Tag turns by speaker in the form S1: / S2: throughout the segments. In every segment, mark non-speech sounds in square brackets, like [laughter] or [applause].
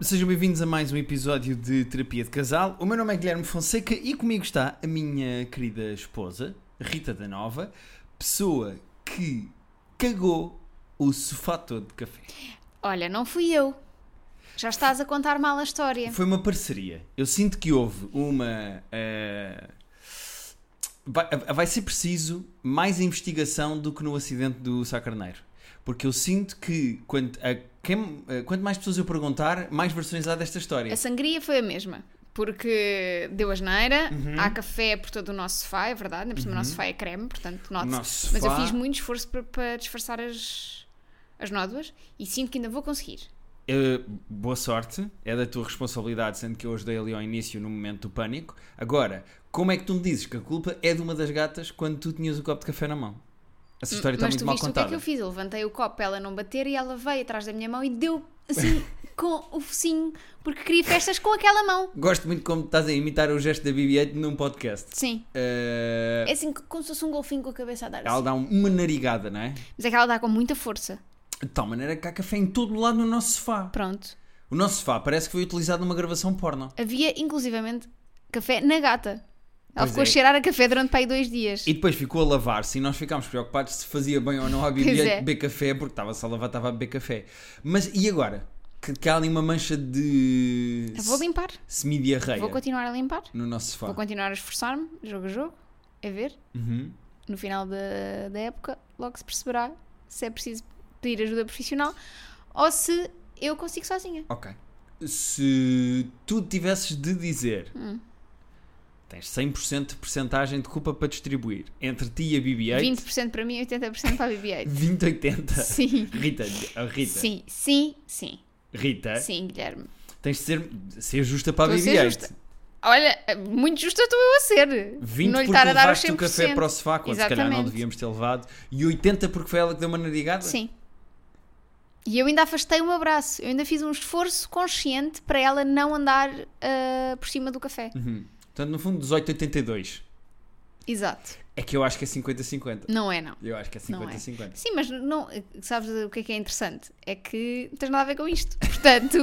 S1: Sejam bem-vindos a mais um episódio de Terapia de Casal. O meu nome é Guilherme Fonseca e comigo está a minha querida esposa, Rita da Nova, pessoa que cagou o sofá todo de café.
S2: Olha, não fui eu. Já estás a contar mal a história.
S1: Foi uma parceria. Eu sinto que houve uma. eh, Vai, vai ser preciso mais investigação do que no acidente do Sá Carneiro. Porque eu sinto que quanto, a quem- a quanto mais pessoas eu perguntar, mais versões há desta história.
S2: A sangria foi a mesma. Porque deu asneira,
S1: Uhum.
S2: há café por todo o nosso sofá, é verdade, ainda por cima o nosso sofá é creme, portanto,
S1: Nosso
S2: note Mas eu
S1: sofá-
S2: fiz muito esforço para, para disfarçar as, as nódoas e sinto que ainda vou conseguir.
S1: Eh, boa sorte, é da tua responsabilidade, sendo que eu ajudei ali ao início no momento do pânico. Agora, como é que tu me dizes que a culpa é de uma das gatas quando tu tinhas o copo de café na mão? Essa história está
S2: Mas
S1: muito
S2: tu
S1: mal
S2: viste o que é
S1: contada.
S2: que eu fiz? Eu levantei o copo para ela não bater e ela veio atrás da minha mão e deu
S1: [laughs]
S2: assim com o focinho, porque queria festas com aquela mão.
S1: Gosto muito como estás a imitar o gesto da BB-8 num podcast.
S2: Sim.
S1: Eh,
S2: É assim como se fosse um golfinho com a cabeça a dar.
S1: ela
S2: Assim.
S1: dá uma narigada, não é?
S2: Mas é que ela dá com muita força.
S1: De tal maneira que há café em todo lado no nosso sofá.
S2: Pronto.
S1: O nosso sofá parece que foi utilizado numa gravação porno.
S2: havia inclusivamente café na gata. Ela
S1: Pois
S2: ficou
S1: é.
S2: a cheirar a café durante para aí dois dias.
S1: E depois ficou a lavar-se e nós ficámos preocupados se fazia bem ou não a
S2: Pois
S1: Bíblia
S2: é.
S1: beber café, porque estava-se a lavar, estava a beber café. Mas e agora? Que, que há ali uma mancha de
S2: Eu Então, Vou limpar.
S1: semidiarreia
S2: Vou continuar a limpar.
S1: no nosso sofá.
S2: Vou continuar a esforçar-me, jogo a jogo, a ver.
S1: Uhum.
S2: No final da, da época, logo se perceberá se é preciso pedir ajuda profissional ou se eu consigo sozinha.
S1: Ok. Se tu tivesses de dizer,
S2: Hum.
S1: tens 100% de percentagem de culpa para distribuir entre ti e a BB-8,
S2: 20% para mim e 80% para a
S1: [laughs]
S2: BB-8.
S1: 20-80.
S2: Sim.
S1: Rita, oh, Rita,
S2: Sim, sim, sim.
S1: Rita,
S2: Sim, Guilherme.
S1: tens de ser, ser justa para a
S2: Estou a ser
S1: BB-8.
S2: justa. Olha, muito justa estou eu a ser.
S1: 20
S2: não lhe
S1: porque
S2: estar a dar os
S1: levaste
S2: 100%.
S1: o café para o sofá, quando se calhar não
S2: Exatamente.
S1: devíamos ter levado, e 80 porque foi ela que deu uma narigada?
S2: Sim. E eu ainda afastei o meu braço. Eu ainda fiz um esforço consciente para ela não andar ah, por cima do café.
S1: Uhum. Portanto, no fundo, 18,82.
S2: Exato.
S1: É que eu acho que é 50-50.
S2: Não é, não.
S1: Eu acho que é
S2: Não é.
S1: 50-50.
S2: Sim, mas não, sabes o que é que é interessante? É que não tens nada a ver com
S1: [laughs]
S2: isto. Portanto,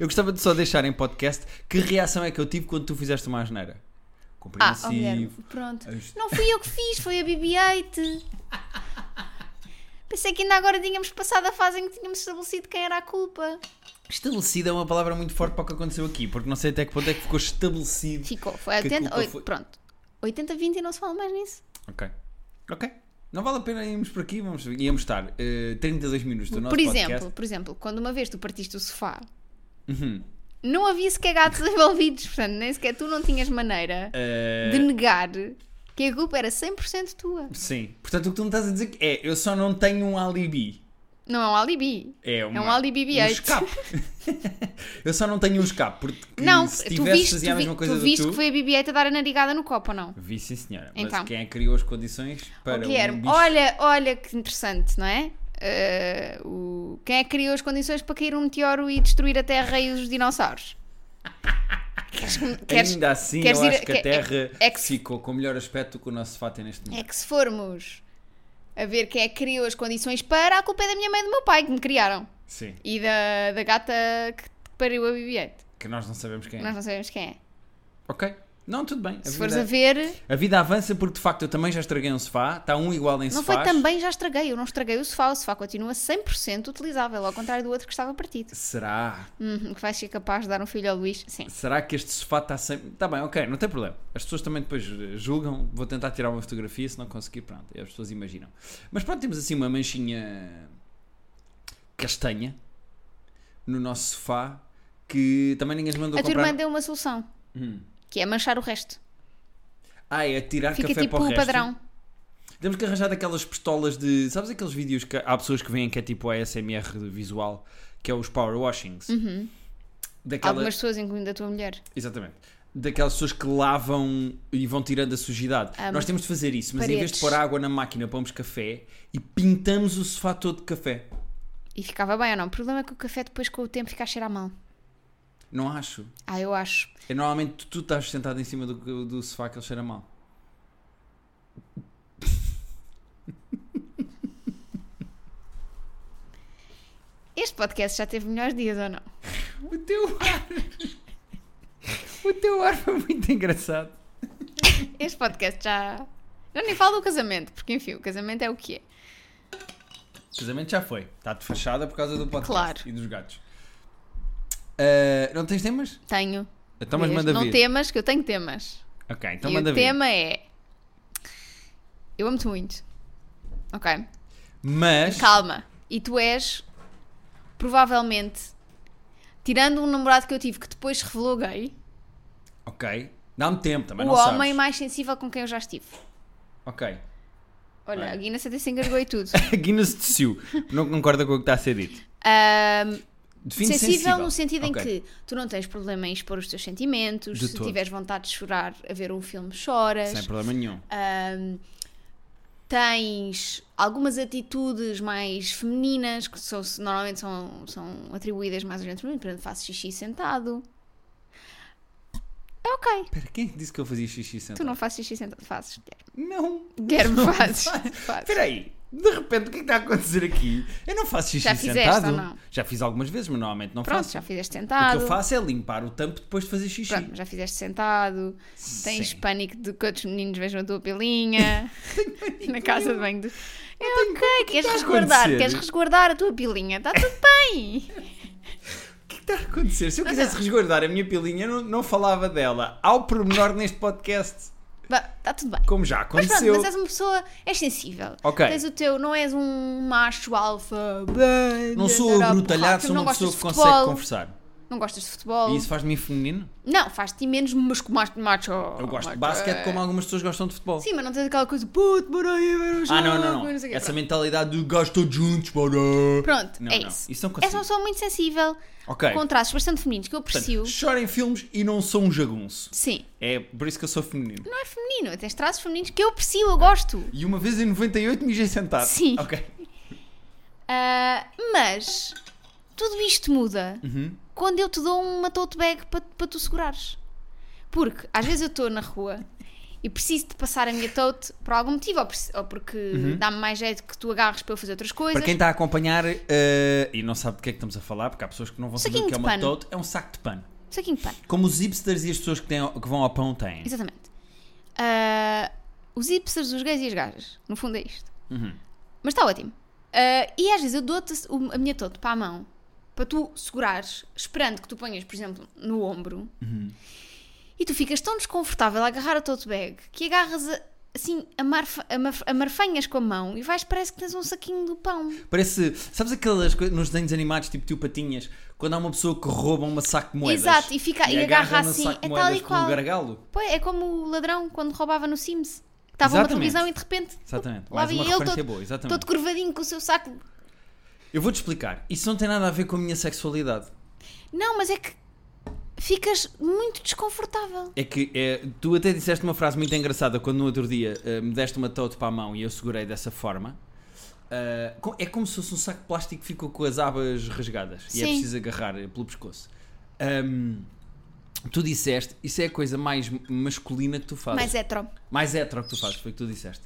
S1: Eu gostava de só deixar em podcast que reação é que eu tive quando tu fizeste uma asneira.
S2: ah, oh, Guilherme,
S1: Compreensivo.
S2: pronto.
S1: Isto-
S2: Não fui eu que fiz, foi a BB-8. Pensei que ainda agora tínhamos passado a fase em que tínhamos estabelecido quem era a culpa.
S1: Estabelecida é uma palavra muito forte para o que aconteceu aqui, porque não sei até que ponto é que ficou estabelecido.
S2: Ficou, foi
S1: Que
S2: 80,
S1: culpa
S2: oito-
S1: foi?
S2: pronto. 80-20 e não se fala mais nisso.
S1: Ok. Ok. Não vale a pena irmos por aqui, vamos, íamos estar eh, 32 minutos do nosso
S2: Por exemplo,
S1: podcast.
S2: por exemplo, quando uma vez tu partiste o sofá,
S1: Uhum.
S2: não havia sequer gatos [laughs] envolvidos, portanto, nem sequer tu não tinhas maneira
S1: Eh,
S2: de negar que a culpa era 100% tua.
S1: Sim. Portanto, o que tu me estás a dizer é eu só não tenho um alibi.
S2: Não é um alibi.
S1: É, uma,
S2: É um alibi
S1: Um
S2: B8. [laughs]
S1: escape. eu só não tenho um escape, porque
S2: não,
S1: se
S2: tu
S1: tivesse
S2: viste,
S1: fazia
S2: tu
S1: a
S2: vi-
S1: mesma coisa
S2: tu
S1: do
S2: viste
S1: tu.
S2: que foi a BB-8 a dar a narigada no copo ou não?
S1: Vi sim, senhora. Mas
S2: Então.
S1: quem é que criou as condições para
S2: Oh,
S1: um
S2: Guilherme,
S1: bicho-
S2: olha, olha que interessante, não é? Eh, o... Quem é que criou as condições para cair um meteoro e destruir a Terra e os dinossauros? Queres, queres-
S1: Ainda assim,
S2: queres
S1: eu
S2: ir-
S1: acho que a
S2: que- é-
S1: Terra
S2: é que se-
S1: ficou com o melhor aspecto que o nosso fato é neste momento.
S2: É que se formos a ver quem é que criou as condições para, a culpa é da minha mãe e do meu pai que me criaram.
S1: Sim.
S2: E da, da gata que pariu a BB-8.
S1: Que nós não sabemos quem é.
S2: Nós não sabemos quem é.
S1: Ok? Não, tudo bem. A
S2: Se
S1: vida,
S2: fores a ver,
S1: a vida avança porque de facto eu também já estraguei um sofá. Está um igual em
S2: não
S1: sofás.
S2: foi também, já estraguei. Eu não estraguei o sofá. O sofá continua 100% utilizável, ao contrário do outro que estava partido.
S1: Será?
S2: Uhum, que vais ser capaz de dar um filho ao Luís? Sim.
S1: Será que este sofá está sem. Está bem, ok, não tem problema. As pessoas também depois eh, julgam. Vou tentar tirar uma fotografia, se não conseguir, pronto. As pessoas imaginam. Mas pronto, temos assim uma manchinha castanha no nosso sofá que também ninguém nos mandou
S2: A tua
S1: comprar.
S2: irmã deu uma solução,
S1: Hum.
S2: que é manchar o resto.
S1: Ah, é tirar
S2: Fica
S1: café
S2: tipo
S1: para o
S2: o
S1: resto.
S2: padrão.
S1: Temos que arranjar daquelas pistolas de. Sabes aqueles vídeos que há pessoas que veem que é tipo ASMR visual, que é os power washings? Daquela-
S2: Uhum. Algumas pessoas, incluindo a tua mulher.
S1: Exatamente. Daquelas pessoas que lavam e vão tirando a sujidade.
S2: Ah,
S1: Nós temos de fazer isso, mas em vez de
S2: paredes.
S1: pôr água na máquina, pomos café e pintamos o sofá todo de café.
S2: E ficava bem ou não? O problema é que o café depois com o tempo fica a cheirar mal.
S1: Não acho.
S2: Ah, eu acho.
S1: É, normalmente tu, tu estás sentado em cima do, do sofá que ele cheira mal.
S2: Este podcast já teve melhores dias ou não?
S1: O teu ar. [laughs] o teu ar foi muito engraçado.
S2: Este podcast já. Já nem falo do casamento, porque enfim, o casamento é o que é.
S1: O casamento já foi. Está-te fechada por causa do podcast
S2: Claro.
S1: e dos gatos. Ah, não tens temas?
S2: Tenho.
S1: Então, mas
S2: Vês?
S1: manda
S2: não
S1: vir.
S2: temas, que eu tenho temas.
S1: Ok, então
S2: e
S1: manda
S2: o
S1: vir.
S2: tema é. Eu amo-te muito. Ok.
S1: Mas.
S2: Calma. E tu és, provavelmente, tirando um namorado que eu tive que depois se revelou gay,
S1: Ok. Dá-me tempo, também
S2: o
S1: não
S2: homem
S1: sabes.
S2: mais sensível com quem eu já estive.
S1: Ok.
S2: Olha,
S1: Olha.
S2: a Guinness até se engasgou e tudo. [laughs]
S1: [laughs] A Guinness desceu. Não concorda com o que está a ser dito.
S2: Ahm,
S1: Define
S2: sensível, no sentido
S1: Ok.
S2: em que tu não tens problema em expor os teus sentimentos,
S1: De
S2: se
S1: todo.
S2: tiveres vontade de chorar a ver um filme, choras.
S1: Sem problema nenhum.
S2: Ahm, tens algumas atitudes mais femininas que são- normalmente são, são atribuídas mais aos homens, por exemplo, faço xixi sentado. É ok.
S1: Espera, quem é que disse que eu fazia xixi
S2: Tu
S1: sentado?
S2: não fazes xixi sentado, fazes. Guilherme.
S1: Não. [laughs]
S2: Guilherme, fazes. fazes.
S1: Espera aí. De repente, o que é que está a acontecer aqui? Eu não faço xixi
S2: Já fizeste
S1: sentado.
S2: ou não?
S1: Já fiz algumas vezes, mas normalmente não
S2: Pronto,
S1: faço.
S2: já fizeste
S1: O
S2: sentado.
S1: que eu faço é limpar o tampo depois de fazer xixi.
S2: Pronto, já fizeste sentado. Tens
S1: Sim.
S2: pânico de que outros meninos vejam a tua
S1: [laughs]
S2: pilinha na casa de banho. Do... É ok, queres
S1: está a
S2: resguardar,
S1: acontecer?
S2: queres resguardar a tua pilinha, está tudo bem.
S1: O que é que está a acontecer? Se eu quisesse resguardar a minha pilinha, eu não, não falava dela ao pormenor neste podcast.
S2: Está tudo bem.
S1: Como já
S2: Mas pronto,
S1: aconteceu.
S2: mas és uma pessoa, és sensível.
S1: Ok.
S2: Tens o teu, não és um macho alfa. blá,
S1: Não sou
S2: blá, blá,
S1: abrutalhado,
S2: porrado,
S1: sou
S2: não
S1: uma pessoa
S2: gostas de
S1: que
S2: futebol,
S1: consegue conversar.
S2: Não gostas de futebol.
S1: E isso faz-me feminino?
S2: Não, faz-te menos mas- macho. macho é.
S1: Eu gosto de basquete como algumas pessoas gostam de futebol.
S2: Sim, mas não tens aquela coisa, puto, bora aí ver o jogo.
S1: Ah, não, não, não.
S2: sei o quê.
S1: Essa mentalidade de gajo todos juntos, bora.
S2: Pronto,
S1: Não,
S2: é
S1: não.
S2: isso.
S1: Isso não
S2: És uma
S1: consigo.
S2: pessoa muito sensível,
S1: Ok.
S2: com traços bastante femininos que eu aprecio.
S1: Portanto, choro em filmes e não sou um jagunço.
S2: Sim,
S1: É por isso que eu sou feminino.
S2: não é feminino, tens traços femininos que eu aprecio, eu gosto.
S1: E uma vez em 98 mijei sentado.
S2: Sim.
S1: Ok.
S2: Ah, mas tudo isto muda
S1: Uhum.
S2: quando eu te dou uma tote bag para tu segurares. Porque às vezes eu estou na rua e preciso de passar a minha tote por algum motivo, ou, preci- ou porque dá-me mais jeito que tu agarres para eu fazer outras coisas.
S1: Uhum. Para quem está a acompanhar eh, e não sabe do que é que estamos a falar, porque há pessoas que não vão saber
S2: Saquinho
S1: o que é
S2: de
S1: uma
S2: pano.
S1: tote, é um saco de pano.
S2: Saquinho de pano.
S1: Como os hipsters e as pessoas que, têm, que vão ao pão têm.
S2: Exatamente. Ah, os hipsters, os gays e as gajas. No fundo é isto.
S1: Uhum.
S2: Mas está ótimo. Ah, e às vezes eu dou-te o- a minha tote para a mão, para tu segurares, esperando que tu ponhas, por exemplo, no ombro.
S1: Uhum.
S2: E tu ficas tão desconfortável a agarrar a tote bag que agarras a- assim, a, marfa, a, marf- a marfanhas com a mão e vais, parece que tens um saquinho do pão.
S1: Parece. Sabes aquelas coisas nos desenhos animados, tipo tio Patinhas, quando há uma pessoa que rouba uma saco de moedas?
S2: Exato, e fica- e agarra
S1: no
S2: assim,
S1: saco de
S2: é tal
S1: moedas
S2: e qual.
S1: Com o gargalo.
S2: Pô, é como o ladrão quando roubava no Sims. Estava uma
S1: Exatamente.
S2: televisão e de repente.
S1: Exatamente.
S2: Lá
S1: Mais
S2: vem
S1: uma
S2: ele
S1: referência
S2: todo-
S1: boa, exatamente.
S2: Todo curvadinho com o seu saco
S1: Eu vou-te explicar. Isso não tem nada a ver com a minha sexualidade.
S2: Não, mas é que ficas muito desconfortável.
S1: É que é, tu até disseste uma frase muito engraçada quando no outro dia eh, me deste uma tote para a mão e eu segurei dessa forma. Ah, co- é como se fosse um saco de plástico que ficou com as abas rasgadas e é
S2: Sim.
S1: preciso agarrar eh, pelo pescoço. Ahm, tu disseste, isso é a coisa mais m- masculina que tu fazes.
S2: Mais hetero.
S1: mais hetero que tu fazes, foi o que tu disseste.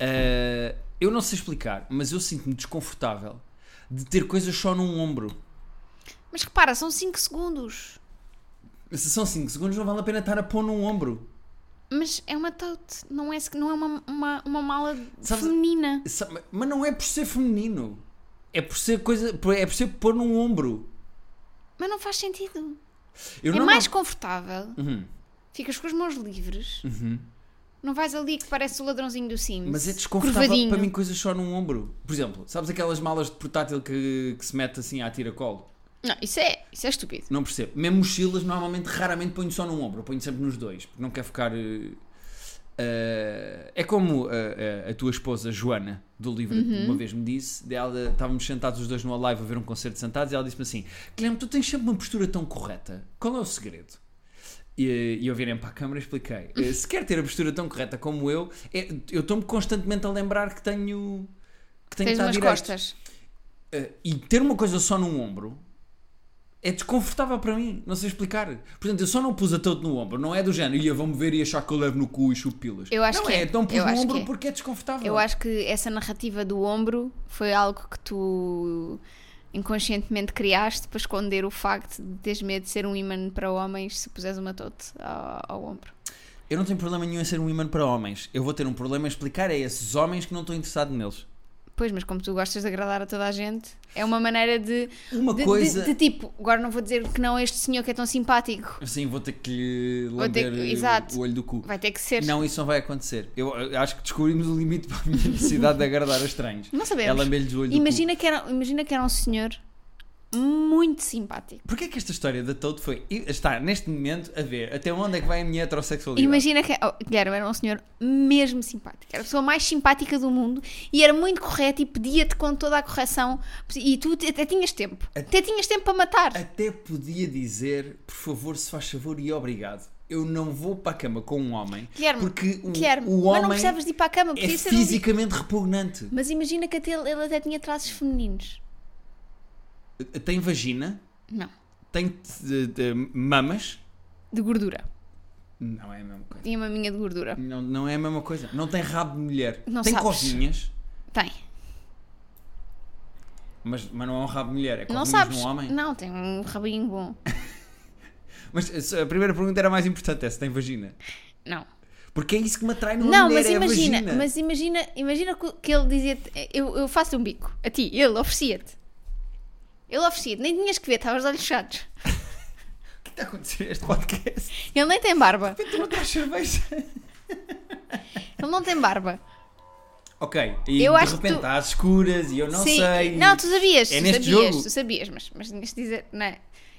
S1: Ah, eu não sei explicar, mas eu sinto-me desconfortável de ter coisas só num ombro.
S2: Mas repara, são 5 segundos.
S1: Se são 5 segundos, não vale a pena estar a pôr num ombro.
S2: Mas é uma tote, não é, não é uma, uma, uma mala
S1: Sabes-
S2: feminina.
S1: Sa- ma- Mas não é por ser feminino. É por ser coisa. por- É por ser pôr num ombro.
S2: Mas não faz sentido.
S1: Eu
S2: é
S1: não-
S2: mais confortável.
S1: Uhum.
S2: Ficas com as mãos livres. Não vais ali que parece o ladrãozinho do Sims.
S1: Mas é desconfortável
S2: curvadinho.
S1: para mim coisas só num ombro. Por exemplo, sabes aquelas malas de portátil que, que se mete assim à tiracolo?
S2: Não, isso é, isso é estúpido.
S1: Não percebo. Mesmo mochilas, normalmente, raramente ponho só num ombro. Eu ponho sempre nos dois, porque não quero ficar. eh, eh, é como eh, eh, a tua esposa Joana, do livro, que
S2: Uhum.
S1: uma vez me disse: dela, estávamos sentados os dois numa live a ver um concerto sentados, e ela disse-me assim: Guilherme, tu tens sempre uma postura tão correta. Qual é o segredo? E, e eu virei para a câmara e expliquei: eh, Se quer ter a postura tão correta como eu, é- eu estou-me constantemente a lembrar que tenho. que tenho que
S2: Tens
S1: estar
S2: umas
S1: direito.
S2: costas.
S1: Uh, e ter uma coisa só num ombro é desconfortável para mim, não sei explicar. Portanto, eu só não pus a todo no ombro, não é do género, ia vão-me ver e achar que eu levo no cu e chupo pilas.
S2: Eu acho
S1: não
S2: que
S1: é,
S2: é.
S1: então pus
S2: Eu
S1: no
S2: acho
S1: ombro
S2: que é.
S1: porque é desconfortável.
S2: Eu acho que essa narrativa do ombro foi algo que tu inconscientemente criaste para esconder o facto de teres medo de ser um imã para homens se puseres uma tote ao, ao ombro.
S1: Eu não tenho problema nenhum em ser um imã para homens. Eu vou ter um problema em explicar a esses homens que não estou interessado neles.
S2: Pois, mas como tu gostas de agradar a toda a gente, é uma maneira de.
S1: Uma
S2: de- de-
S1: coisa.
S2: de tipo, agora não vou dizer que não a este senhor que é tão simpático.
S1: Sim, vou ter que lhe
S2: Vou ter
S1: lamber
S2: que- exato.
S1: o olho do cu.
S2: Vai ter que ser.
S1: Não, isso não vai acontecer. Eu eu acho que descobrimos o limite para a minha necessidade de agradar a estranhos.
S2: Não
S1: É
S2: sabemos.
S1: lamber-lhes o olho do
S2: Imagina que, era, imagina que era um senhor muito simpático.
S1: cu. Porquê que esta história da Toad foi. está neste momento a ver até onde é que vai a minha heterossexualidade?
S2: Imagina que. Oh, Guilherme era um senhor mesmo simpático. Era a pessoa mais simpática do mundo e era muito correto e pedia-te com toda a correção. E tu te- até tinhas tempo. Até tinhas tempo para matar.
S1: Até podia dizer, por favor, se faz favor e obrigado. Eu não vou para a cama com um homem
S2: Guilherme,
S1: porque o,
S2: Guilherme,
S1: o
S2: mas
S1: homem
S2: não precisavas de ir para a cama.
S1: é
S2: Podia ser um-
S1: fisicamente repugnante.
S2: Mas imagina que até ele, ele até tinha traços femininos.
S1: Tem vagina,
S2: Não.
S1: tem eh, eh, mamas.
S2: De gordura.
S1: Não é a mesma coisa.
S2: Tinha uma minha de gordura.
S1: Não, não é a mesma coisa. Não tem rabo de mulher.
S2: Não
S1: tem
S2: sabes.
S1: covinhas,
S2: Tem.
S1: mas, mas não é um rabo de mulher. É
S2: Não
S1: covinhas
S2: sabes?
S1: de um homem.
S2: Não, tem um rabinho bom.
S1: Mas eh, se- a primeira pergunta era mais importante: é se tem vagina.
S2: Não.
S1: Porque é isso que me atrai numa
S2: Não,
S1: mulher.
S2: mas
S1: é a
S2: imagina,
S1: vagina.
S2: mas imagina, imagina que- que ele dizia-te, eu, eu faço um bico, a ti, ele oferecia-te. Ele oferecia-te, nem tinhas que ver, estavas de olhos fechados.
S1: O que está a acontecer a este podcast? [laughs]
S2: Ele nem tem barba,
S1: Vem tomar três cerveja.
S2: ele não tem barba.
S1: Ok, e
S2: Eu
S1: de
S2: acho que
S1: repente
S2: tu-
S1: há às escuras e eu não
S2: Sim,
S1: sei.
S2: Não, tu sabias,
S1: É
S2: tu
S1: neste
S2: sabias,
S1: jogo.
S2: tu sabias, mas, mas tinhas de dizer, não é?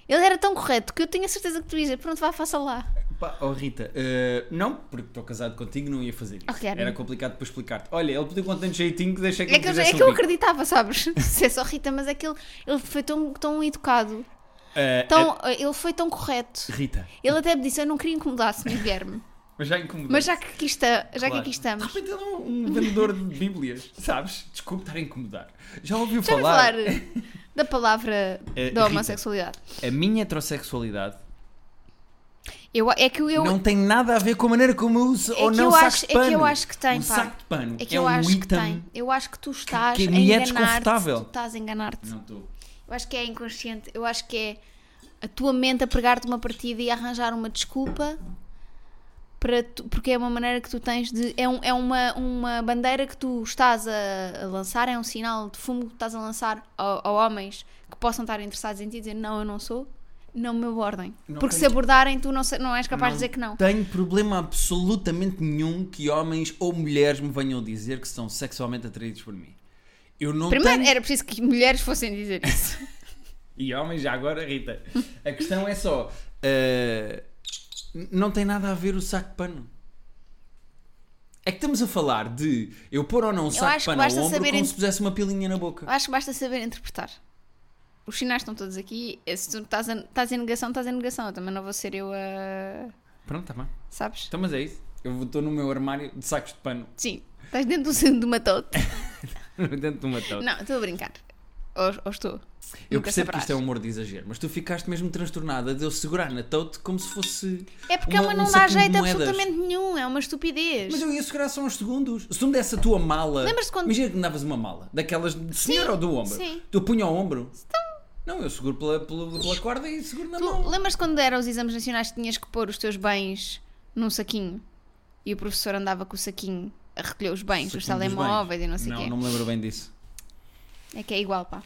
S2: Ele era tão correto que eu tenho a certeza que tu ias dizer, pronto, vá, faça lá.
S1: Pá, oh Rita, eh, não, porque estou casado contigo, não ia fazer isso.
S2: Oh, Guilherme.
S1: Era complicado para explicar-te. Olha, ele pediu com tanto jeitinho que deixei que
S2: É
S1: me
S2: que, eu, é
S1: fizesse
S2: que eu
S1: um bico.
S2: acreditava, sabes? [laughs] Se é só Rita, mas é que ele, ele foi tão, tão educado,
S1: Eh,
S2: tão, ele foi tão correto.
S1: eh, Rita,
S2: Ele até me disse, eu não queria incomodar, Sr. Guilherme.
S1: mas já incomodou.
S2: Mas já que aqui, está, já que
S1: Claro. De
S2: aqui estamos.
S1: repente ele é um um vendedor de bíblias, sabes? Desculpe estar a incomodar. Já ouviu
S2: Já ouvi
S1: falar?
S2: falar da palavra
S1: Eh,
S2: da
S1: Rita.
S2: homossexualidade.
S1: A minha heterossexualidade
S2: Eu, é que eu,
S1: não tem nada a ver com a maneira como eu uso
S2: é
S1: ou
S2: que
S1: não
S2: eu
S1: saco
S2: acho,
S1: de
S2: é
S1: pano.
S2: que eu acho que tem,
S1: um
S2: pá.
S1: saco de pano
S2: é que
S1: é
S2: eu
S1: um
S2: acho que
S1: item.
S2: tem. Eu acho que tu estás
S1: que
S2: a
S1: me é
S2: enganar-te.
S1: desconfortável.
S2: Tu estás a enganar-te.
S1: Não estou.
S2: Eu acho que é inconsciente. Eu acho que é a tua mente a pregar-te uma partida e a arranjar uma desculpa para tu- porque é uma maneira que tu tens de. É, um- é uma, uma bandeira que tu estás a, a lançar, é um sinal de fumo que estás a lançar a, a homens que possam estar interessados em ti e dizer não, eu não sou, não me abordem.
S1: Não
S2: porque se
S1: tenho- Então,
S2: abordarem, tu não, se- não és capaz de dizer que não.
S1: Tenho problema absolutamente nenhum que homens ou mulheres me venham dizer que estão sexualmente atraídos por mim. Eu não
S2: Primeiro
S1: tenho.
S2: era preciso que mulheres fossem dizer isso.
S1: E homens, já agora, Rita. A questão é só. eh, não tem nada a ver o saco de pano. É que estamos a falar de eu pôr ou não o saco
S2: acho
S1: de
S2: que
S1: pano ao
S2: basta
S1: ombro
S2: saber
S1: como
S2: ent-
S1: se pusesse uma pilinha na boca.
S2: Eu acho que basta saber interpretar. Os sinais estão todos aqui. Eh, Se tu estás, a- estás em negação, estás em negação. Eu também não vou ser eu a.
S1: Pronto, está bem.
S2: Sabes?
S1: Então, mas é isso. Eu estou no meu armário de sacos de pano
S2: Sim, estás dentro do centro de uma tote.
S1: [laughs] dentro de uma tote.
S2: Não, estou a brincar. Ou, ou estou.
S1: Eu
S2: Nunca
S1: percebo
S2: saberás.
S1: que isto é um humor de exagero, mas tu ficaste mesmo transtornada de eu segurar na tote como se fosse.
S2: É porque
S1: uma-
S2: ela
S1: um
S2: não dá
S1: saquinho de
S2: jeito
S1: moedas.
S2: absolutamente nenhum. É uma estupidez.
S1: Mas eu ia segurar só uns segundos. Se tu me desse a tua mala.
S2: Lembras-te quando-
S1: Imagina que me davas uma mala, daquelas de senhor ou do ombro.
S2: sim. Então-
S1: Tu punho ao ombro. Não, eu seguro pela, pela, pela corda e seguro na
S2: Tu
S1: mão.
S2: lembras-te quando eram os exames nacionais que tinhas que pôr os teus bens num saquinho? E o professor andava com o saquinho a recolher os bens, os
S1: Saquinho dos
S2: telemóveis
S1: bens.
S2: e não sei o
S1: Não,
S2: quê.
S1: não me lembro bem disso.
S2: É que é igual, pá.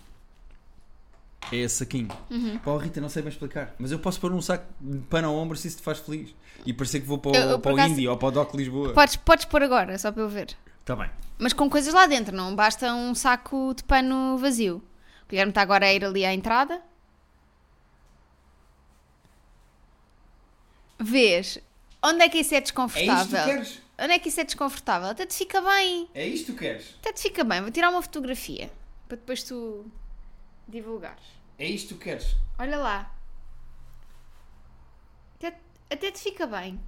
S1: É esse saquinho.
S2: Uhum.
S1: Pá, oh, Rita, não sei bem explicar. Mas eu posso pôr um saco de pano ao ombro se isso te faz feliz. E parecer que vou para o,
S2: Eu- eu, por
S1: para o
S2: acaso-
S1: Índia ou para o Doc Lisboa.
S2: Podes, podes pôr agora, só para eu ver.
S1: Está bem.
S2: Mas com coisas lá dentro, não basta um saco de pano vazio. O Guilherme está agora a ir ali à entrada. Vês onde é que isso é
S1: É isto que
S2: desconfortável?
S1: tu queres?
S2: Onde é que isso é desconfortável? Até te fica bem.
S1: É isto que tu queres?
S2: Até te fica bem. Vou tirar uma fotografia para depois tu divulgares.
S1: É isto que tu queres?
S2: Olha lá. Até, até te fica bem.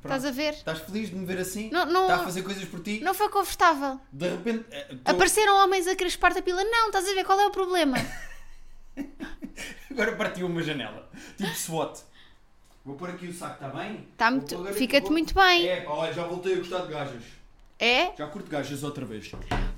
S1: Pronto.
S2: Estás a ver?
S1: Estás feliz de me ver assim?
S2: Não- não-
S1: Está a fazer coisas por ti?
S2: Não foi confortável.
S1: De repente. eh, tô-
S2: Apareceram homens a crespar a pila. Não, estás a ver qual é o problema?
S1: [laughs] Agora partiu uma janela. Tipo SWAT. Vou pôr aqui o saco, está bem?
S2: Tá
S1: Vou
S2: muito-
S1: pôr aqui-
S2: fica-te
S1: vou-
S2: muito bem.
S1: É, pá, olha, já voltei a gostar de gajas.
S2: É?
S1: Já curto gajas outra vez.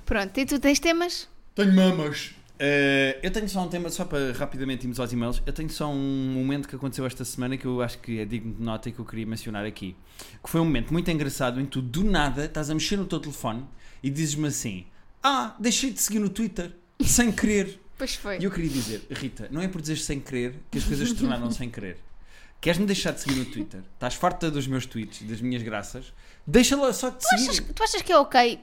S2: Pronto, e tu tens temas?
S1: Tenho mamas. Eh, eu tenho só um tema, só para rapidamente irmos aos e-mails. Eu tenho só um momento que aconteceu esta semana que eu acho que é digno de nota e que eu queria mencionar aqui. Que foi um momento muito engraçado em que tu, do nada, estás a mexer no teu telefone e dizes-me assim: Ah, deixei de seguir no Twitter, sem querer.
S2: Pois foi.
S1: E eu queria dizer, Rita, não é por dizer sem querer que as coisas se tornaram sem querer. Queres-me deixar de seguir no Twitter? Estás farta dos meus tweets, e das minhas graças? Deixa lá só de te
S2: Tu
S1: seguir.
S2: achas, que- tu achas que é ok?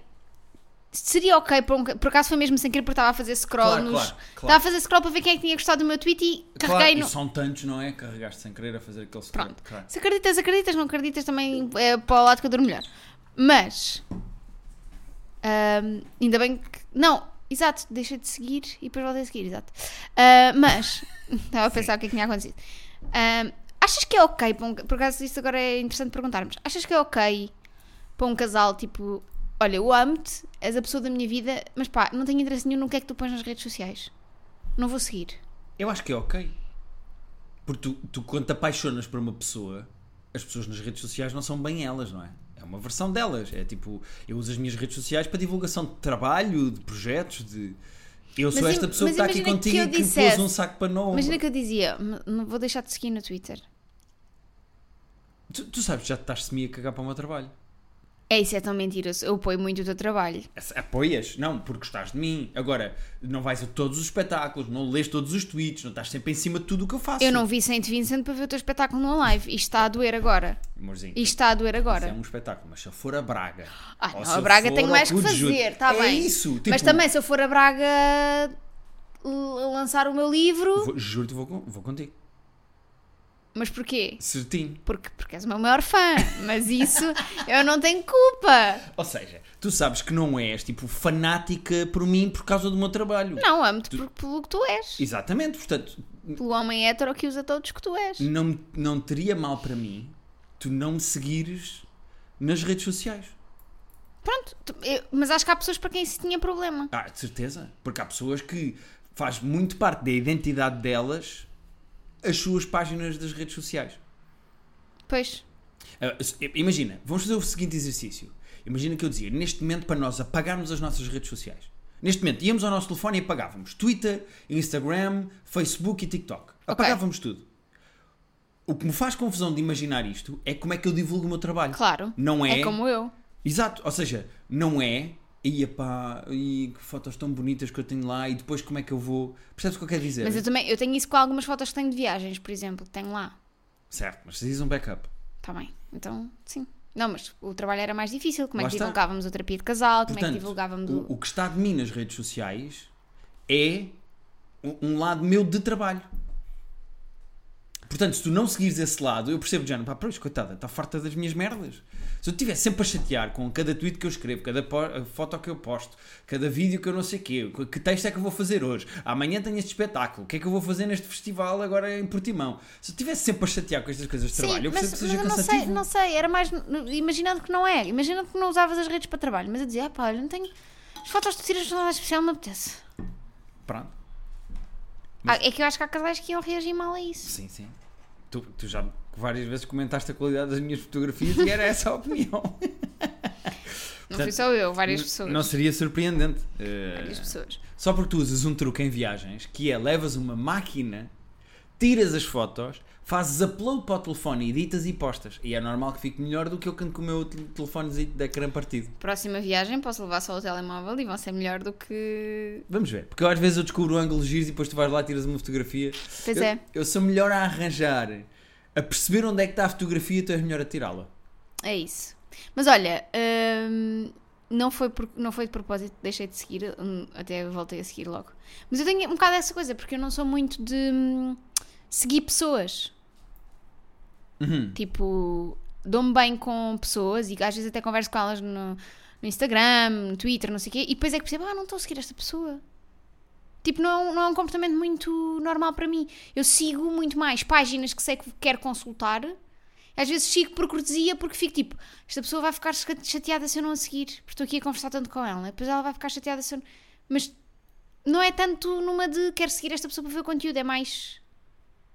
S2: Seria ok, por, um, ca- por acaso foi mesmo sem querer, porque estava a fazer scroll
S1: Claro,
S2: nos.
S1: claro, claro.
S2: Estava a fazer scroll para ver quem é que tinha gostado do meu tweet e carreguei
S1: Claro, e
S2: no.
S1: são tantos, não é? Carregaste sem querer a fazer aquele scroll.
S2: Pronto.
S1: Claro.
S2: Se acreditas, acreditas, não acreditas também é para o lado que eu dou melhor. Mas. ahm, ainda bem que. Não, exato, deixa de seguir e depois voltei a seguir, exato. Ah, mas. [laughs] Estava a pensar o que é que tinha acontecido. Ahm, achas que é ok para um. Por acaso, isto agora é interessante perguntarmos. Achas que é ok para um casal tipo. Olha, eu amo-te, és a pessoa da minha vida, mas pá, não tenho interesse nenhum no que é que tu pões nas redes sociais. Não vou seguir.
S1: Eu acho que é ok. Porque tu, tu, quando te apaixonas por uma pessoa, as pessoas nas redes sociais não são bem elas, não é? É uma versão delas. É tipo, eu uso as minhas redes sociais para divulgação de trabalho, de projetos, de. Eu sou
S2: Mas
S1: esta
S2: im-
S1: pessoa que
S2: mas
S1: está aqui
S2: imagina que
S1: contigo
S2: eu
S1: e que pôs
S2: dissesse-
S1: um saco para não.
S2: Imagina que eu dizia, "M- não vou deixar de seguir no Twitter.
S1: Tu, tu sabes, já te estás semi a cagar para o meu trabalho.
S2: É isso, é tão mentiroso. Eu apoio muito o teu trabalho.
S1: É Apoias? Não, porque estás de mim. Agora, não vais a todos os espetáculos, não lês todos os tweets, não estás sempre em cima de tudo o que eu faço.
S2: Eu não vi Saint Vincent para ver o teu espetáculo numa live. Isto está a doer agora.
S1: Amorzinho.
S2: Isto está a doer
S1: Isso é
S2: agora.
S1: um espetáculo, mas se eu for a Braga.
S2: Ah,
S1: ou
S2: não,
S1: se
S2: a
S1: eu
S2: Braga
S1: for
S2: tem
S1: ao
S2: mais que
S1: Cu de Judas,
S2: fazer, está
S1: é
S2: bem.
S1: isso, tipo,
S2: Mas também, se eu for a Braga l- lançar o meu livro.
S1: vou- Juro-te, vou, con- vou contigo.
S2: Mas porquê?
S1: Certinho.
S2: Porque, porque és o meu maior fã. [laughs] Mas isso eu não tenho culpa.
S1: Ou seja, tu sabes que não és tipo fanática por mim por causa do meu trabalho.
S2: Não, amo-te por- pelo que tu és.
S1: Exatamente, portanto,
S2: Pelo homem hétero que usa todos que tu és.
S1: não, não teria mal para mim tu não me seguires nas redes sociais.
S2: Pronto, tu- eu- mas acho que há pessoas para quem isso tinha problema.
S1: Ah, de certeza. Porque há pessoas que faz muito parte da identidade delas as suas páginas das redes sociais.
S2: Pois.
S1: Ah, se- Imagina, vamos fazer o seguinte exercício. Imagina que eu dizia, neste momento, para nós apagarmos as nossas redes sociais. Neste momento, íamos ao nosso telefone e apagávamos Twitter, Instagram, Facebook e TikTok. Apagávamos tudo. O que me faz confusão de imaginar isto é como é que eu divulgo o meu trabalho.
S2: Claro.
S1: Não é.
S2: É como eu.
S1: Exato, ou seja, não é. E pá, e que fotos tão bonitas que eu tenho lá e depois como é que eu vou. Percebes o que eu quero dizer?
S2: Mas eu também, eu tenho isso com algumas fotos que tenho de viagens, por exemplo, que tenho lá.
S1: Certo, mas precisas de um backup.
S2: Está bem. Então, sim. Não, mas o trabalho era mais difícil. Como
S1: Lá
S2: é que
S1: está.
S2: divulgávamos o terapia de casal? Como é
S1: Portanto,
S2: que divulgávamos
S1: o, o que está de mim nas redes sociais é um, um lado meu de trabalho. Portanto, se tu não seguires esse lado, eu percebo já, pá, pois, coitada, está farta das minhas merdas. Se eu estiver sempre a chatear com cada tweet que eu escrevo, cada po- a foto que eu posto, cada vídeo que eu não sei quê, que texto é que eu vou fazer hoje, amanhã tenho este espetáculo, o que é que eu vou fazer neste festival agora em Portimão. Se eu estiver sempre a chatear com estas coisas de
S2: Sim,
S1: trabalho, eu
S2: mas,
S1: percebo que seja
S2: mas eu não sei,
S1: cansativo.
S2: não sei, era mais. no- Imaginando que não é, imaginando que não usavas as redes para trabalho, mas eu dizia, ah pá, olha, não tenho. As fotos que tu tiras de nada especial me apetece.
S1: Pronto.
S2: Ah, é que eu acho que há casais que iam reagir mal a isso.
S1: Sim, sim. Tu, tu já várias vezes comentaste a qualidade das minhas fotografias e era essa a
S2: [laughs]
S1: opinião.
S2: Não
S1: Portanto,
S2: fui só eu, várias pessoas.
S1: Não seria surpreendente. Eh,
S2: Várias pessoas.
S1: só porque tu usas um truque em viagens, que é levas uma máquina, tiras as fotos, fazes upload para o telefone, editas e postas. E é normal que fique melhor do que eu canto com o meu tel- telefonezinho de ecrã partido.
S2: Próxima viagem, posso levar só o telemóvel e vão ser melhor do que.
S1: Vamos ver, porque eu às vezes eu descubro ângulos giros e depois tu vais lá e tiras uma fotografia.
S2: Pois
S1: eu,
S2: é.
S1: Eu sou melhor a arranjar, a perceber onde é que está a fotografia, tu és melhor a tirá-la.
S2: É isso. Mas olha, hum, não, foi por- não foi de propósito, deixei de seguir, hum, até voltei a seguir logo. Mas eu tenho um bocado essa coisa, porque eu não sou muito de hum, seguir pessoas. Tipo, dou-me bem com pessoas e às vezes até converso com elas no, no Instagram, no Twitter, não sei o quê, e depois é que percebo, ah, não estou a seguir esta pessoa. Tipo, não, é um- não é um comportamento muito normal para mim. Eu sigo muito mais páginas que sei que quero consultar. Às vezes sigo por cortesia porque fico tipo, esta pessoa vai ficar chate- chateada se eu não a seguir, porque estou aqui a conversar tanto com ela. Depois ela vai ficar chateada se eu não... Mas não é tanto numa de quero seguir esta pessoa para ver o conteúdo, é mais...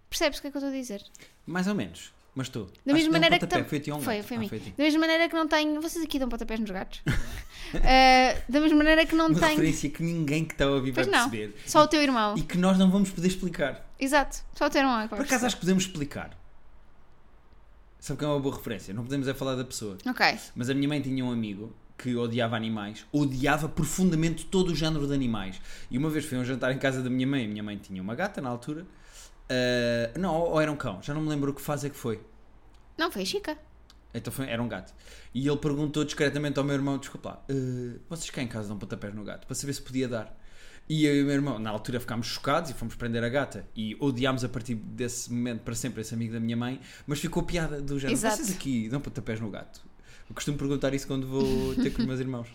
S2: Percebes o que é que eu estou a dizer?
S1: Mais ou menos. Mas tu.
S2: Da mesma maneira
S1: Foi,
S2: que... tam-
S1: foi, a ti ou a um
S2: foi,
S1: gato?
S2: foi a
S1: Ah,
S2: mim.
S1: foi a ti. [laughs]
S2: Da mesma maneira que não tenho... Vocês aqui dão pontapés nos gatos? Ah, da mesma maneira que não
S1: Uma
S2: tenho.
S1: referência que ninguém que está a ouvir vai
S2: Pois não.
S1: perceber.
S2: Só o teu irmão.
S1: E que nós não vamos poder explicar.
S2: Exato. Só o teu irmão é que vai
S1: Por acaso
S2: perceber.
S1: acho que podemos explicar. Sabe que é uma boa referência? Não podemos é falar da pessoa.
S2: Ok.
S1: Mas a minha mãe tinha um amigo que odiava animais, odiava profundamente todo o género de animais. E uma vez foi a um jantar em casa da minha mãe, a minha mãe tinha uma gata na altura, ah, não, ou era um cão, já não me lembro que fase é que foi.
S2: Não, foi a Chica.
S1: Então foi- era um gato. E ele perguntou discretamente ao meu irmão: Desculpa lá, eh, vocês cá em casa dão pontapés no gato? Para saber se podia dar. E eu e o meu irmão, na altura, ficámos chocados e fomos prender a gata. E odiámos a partir desse momento para sempre esse amigo da minha mãe, mas ficou piada do género:
S2: Exato.
S1: Vocês aqui dão pontapés no gato? Eu costumo perguntar isso quando vou ter com os meus irmãos.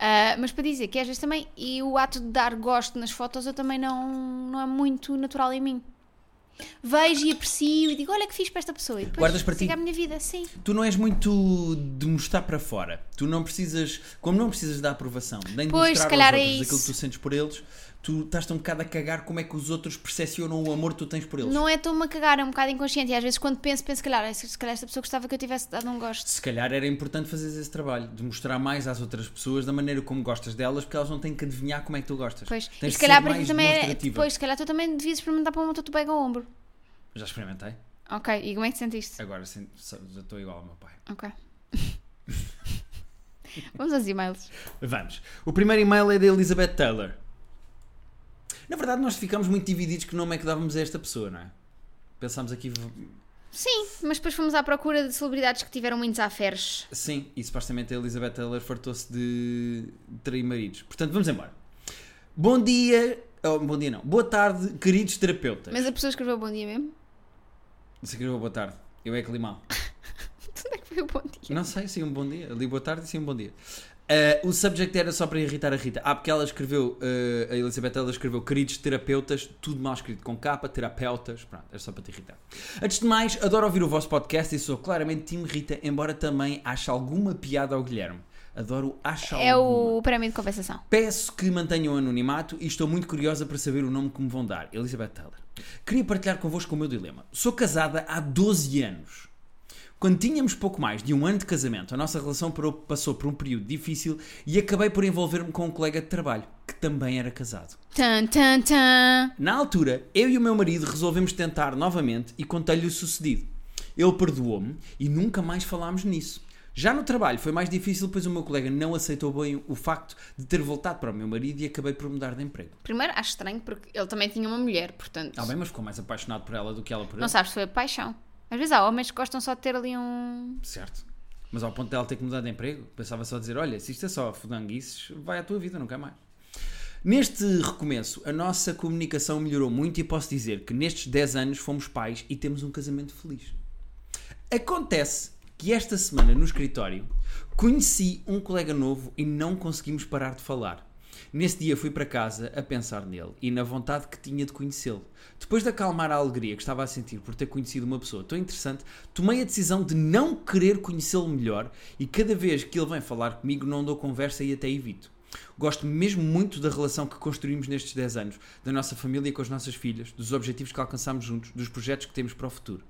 S2: Ah, mas para dizer que às vezes também, e o ato de dar gosto nas fotos eu também não, não é muito natural em mim. Vejo e aprecio e digo, olha que fiz para esta pessoa. E depois
S1: Guardas para ti?
S2: sigo a minha vida, sim.
S1: Tu não és muito de mostrar para fora. Tu não precisas, como não precisas da aprovação, nem de
S2: Pois,
S1: mostrar
S2: se calhar
S1: aos
S2: é
S1: outros aquilo que
S2: isso.
S1: tu sentes por eles, tu estás-te um bocado a cagar como é que os outros percepcionam o amor que tu tens por eles.
S2: Não é tão-me a cagar, é um bocado inconsciente. E às vezes quando penso, penso, se calhar, se calhar esta pessoa gostava que eu tivesse dado um gosto.
S1: Se calhar era importante fazeres esse trabalho, de mostrar mais às outras pessoas da maneira como gostas delas, porque elas não têm que adivinhar como é que tu gostas.
S2: Pois.
S1: Tens
S2: E
S1: de
S2: se calhar
S1: ser
S2: para ti
S1: mais
S2: também é.
S1: demonstrativa.
S2: Depois, se calhar tu também devias experimentar para uma tu pega ao ombro.
S1: Já experimentei.
S2: Ok, e como é que te sentiste?
S1: Agora sim, só- já estou igual ao meu pai.
S2: Ok. [laughs] Vamos aos e-mails.
S1: Vamos. O primeiro e-mail é da Elizabeth Taylor. Na verdade, nós ficámos muito divididos que nome é que dávamos a esta pessoa, não é? Pensámos aqui.
S2: Sim, mas depois fomos à procura de celebridades que tiveram muitos aferes.
S1: Sim, e supostamente a Elizabeth Taylor fartou-se de de trair maridos. Portanto, vamos embora. Bom dia. oh, bom dia não. Boa tarde, queridos terapeutas.
S2: Mas a pessoa escreveu bom dia mesmo? [laughs]
S1: Se escreveu boa tarde. Eu é que li mal.
S2: Onde é que foi o bom dia?
S1: Não sei, sim, um bom dia. Ali boa tarde e sim, um bom dia. Ah, o subject era só para irritar a Rita. Ah, porque ela escreveu, ah, a Elizabeth ela escreveu queridos terapeutas, tudo mal escrito com capa, terapeutas, pronto, é só para te irritar. Antes de mais, adoro ouvir o vosso podcast e sou claramente Tim Rita, embora também ache alguma piada ao Guilherme. Adoro acha
S2: É
S1: Tá alguma.
S2: o prémio de compensação.
S1: Peço que mantenham o anonimato e estou muito curiosa para saber o nome que me vão dar. Elizabeth Taylor. Queria partilhar convosco o meu dilema. Sou casada há 12 anos. Quando tínhamos pouco mais de um ano de casamento, a nossa relação parou- passou por um período difícil e acabei por envolver-me com um colega de trabalho que também era casado.
S2: Tan, tan, tan.
S1: Na altura, eu e o meu marido resolvemos tentar novamente e contei-lhe o sucedido. Ele perdoou-me e nunca mais falámos nisso. Já no trabalho foi mais difícil, pois o meu colega não aceitou bem o facto de ter voltado para o meu marido e acabei por mudar de emprego.
S2: Primeiro, acho estranho porque ele também tinha uma mulher, portanto.
S1: Ah, bem, mas ficou mais apaixonado por ela do que ela por
S2: não
S1: ele.
S2: sabes se foi a paixão. Às vezes há homens que gostam só de ter ali um.
S1: Certo. Mas ao ponto dela ter que mudar de emprego, pensava só dizer: olha, se isto é só fudanguices, vai à tua vida, nunca mais. Neste recomeço, a nossa comunicação melhorou muito e posso dizer que nestes 10 anos fomos pais e temos um casamento feliz. Acontece que esta semana no escritório conheci um colega novo e não conseguimos parar de falar. Nesse dia fui para casa a pensar nele e na vontade que tinha de conhecê-lo. Depois de acalmar a alegria que estava a sentir por ter conhecido uma pessoa tão interessante, tomei a decisão de não querer conhecê-lo melhor e cada vez que ele vem falar comigo não dou conversa e até evito. Gosto mesmo muito da relação que construímos nestes 10 anos, da nossa família com as nossas filhas, dos objetivos que alcançamos juntos, dos projetos que temos para o futuro.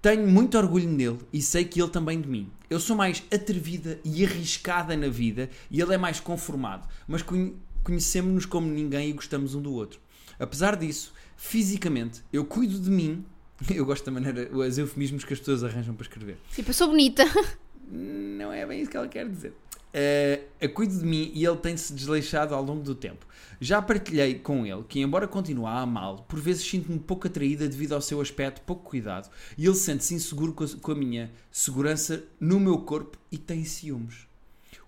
S1: Tenho muito orgulho nele e sei que ele também de mim. Eu sou mais atrevida e arriscada na vida e ele é mais conformado, mas conhe- conhecemos-nos como ninguém e gostamos um do outro. Apesar disso, fisicamente, eu cuido de mim. [laughs] Eu gosto da maneira, os eufemismos que as pessoas arranjam para escrever.
S2: Tipo, eu sou bonita. [laughs]
S1: Não é bem isso que ela quer dizer. Eh, eu cuido de mim e ele tem-se desleixado ao longo do tempo. Já partilhei com ele que, embora continue a amá-lo, por vezes sinto-me pouco atraída devido ao seu aspecto pouco cuidado e ele sente-se inseguro com a, com a minha segurança no meu corpo e tem ciúmes.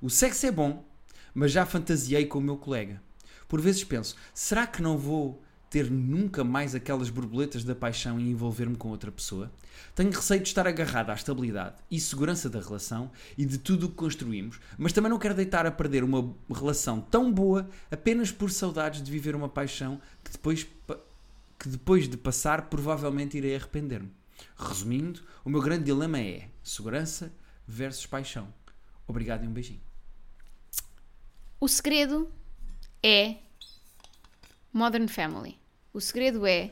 S1: O sexo é bom, mas já fantasiei com o meu colega. Por vezes penso, será que não vou ter nunca mais aquelas borboletas da paixão e envolver-me com outra pessoa? Tenho receio de estar agarrado à estabilidade e segurança da relação e de tudo o que construímos, mas também não quero deitar a perder uma relação tão boa apenas por saudades de viver uma paixão que depois, pa- que depois de passar provavelmente irei arrepender-me. Resumindo, o meu grande dilema é segurança versus paixão. Obrigado e um beijinho.
S2: O segredo é Modern Family. O segredo é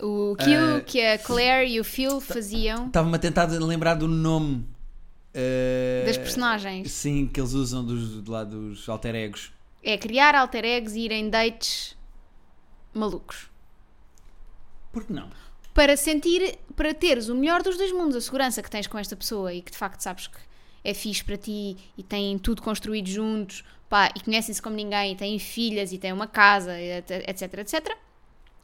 S2: o que, o-
S1: Eh,
S2: que a Claire e o Phil faziam.
S1: tá- Estava-me a tentar lembrar do nome. eh,
S2: das personagens.
S1: Sim, que eles usam dos, de lá dos alter egos.
S2: É criar alter egos e ir em dates malucos.
S1: Por que não?
S2: Para sentir, para teres o melhor dos dois mundos, a segurança que tens com esta pessoa e que de facto sabes que é fixe para ti e têm tudo construído juntos, pá, e conhecem-se como ninguém, e têm filhas e têm uma casa, e et- etc, etc.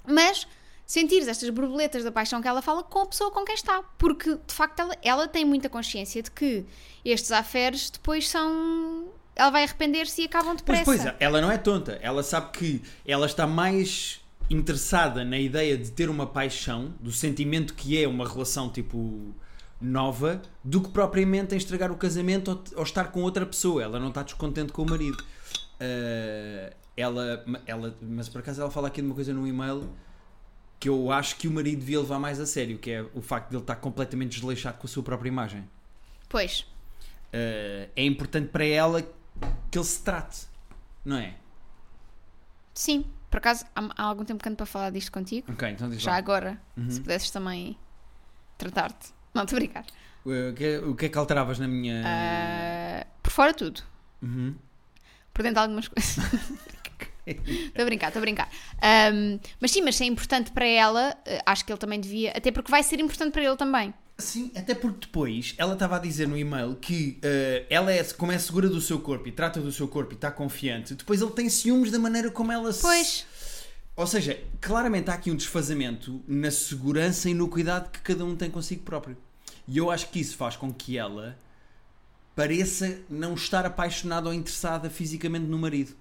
S2: Mas sentires estas borboletas da paixão que ela fala com a pessoa com quem está, porque de facto ela, ela tem muita consciência de que estes aferes depois são. Ela vai arrepender-se e acabam
S1: Pois,
S2: depressa.
S1: pois, ela não é tonta. Ela sabe que ela está mais interessada na ideia de ter uma paixão, do sentimento que é uma relação tipo nova, do que propriamente em estragar o casamento ou, ou estar com outra pessoa. Ela não está descontente com o marido. Ah, ela, ma- ela, mas por acaso ela fala aqui de uma coisa no e-mail que eu acho que o marido devia levar mais a sério, que é o facto de ele estar completamente desleixado com a sua própria imagem.
S2: Pois.
S1: Ah, é importante para ela que ele se trate, não é?
S2: Sim, por acaso há, há algum tempo que ando para falar disto contigo.
S1: Ok, então diz
S2: Já
S1: lá.
S2: agora, se pudesses também tratar-te. Não, estou a brincar.
S1: Uh, O que, o que é que alteravas na minha.
S2: Ah, por fora tudo.
S1: Uhum.
S2: Por dentro algumas coisas. Estou a brincar, estou a brincar. Ahm, mas sim, mas se é importante para ela, eh, acho que ele também devia. Até porque vai ser importante para ele também.
S1: Sim, até porque depois ela estava a dizer no e-mail que uh, ela é, como é segura do seu corpo e trata do seu corpo e está confiante, depois ele tem ciúmes da maneira como ela se.
S2: Pois,
S1: Ou seja, claramente há aqui um desfazamento na segurança e no cuidado que cada um tem consigo próprio. E eu acho que isso faz com que ela pareça não estar apaixonada ou interessada fisicamente no marido.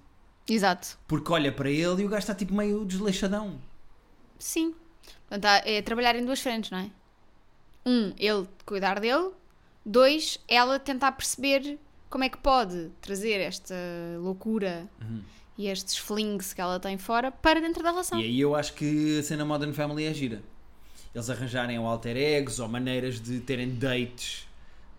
S2: exato.
S1: Porque olha para ele e o gajo está tipo meio desleixadão.
S2: Sim. Portanto, há- é trabalhar em duas frentes, não é? Um, ele cuidar dele. Dois, ela tentar perceber como é que pode trazer esta loucura e estes flings que ela tem fora para dentro da relação.
S1: Uhum. E aí eu acho que a cena Modern Family é gira. Eles arranjarem ou alter egos ou maneiras de terem dates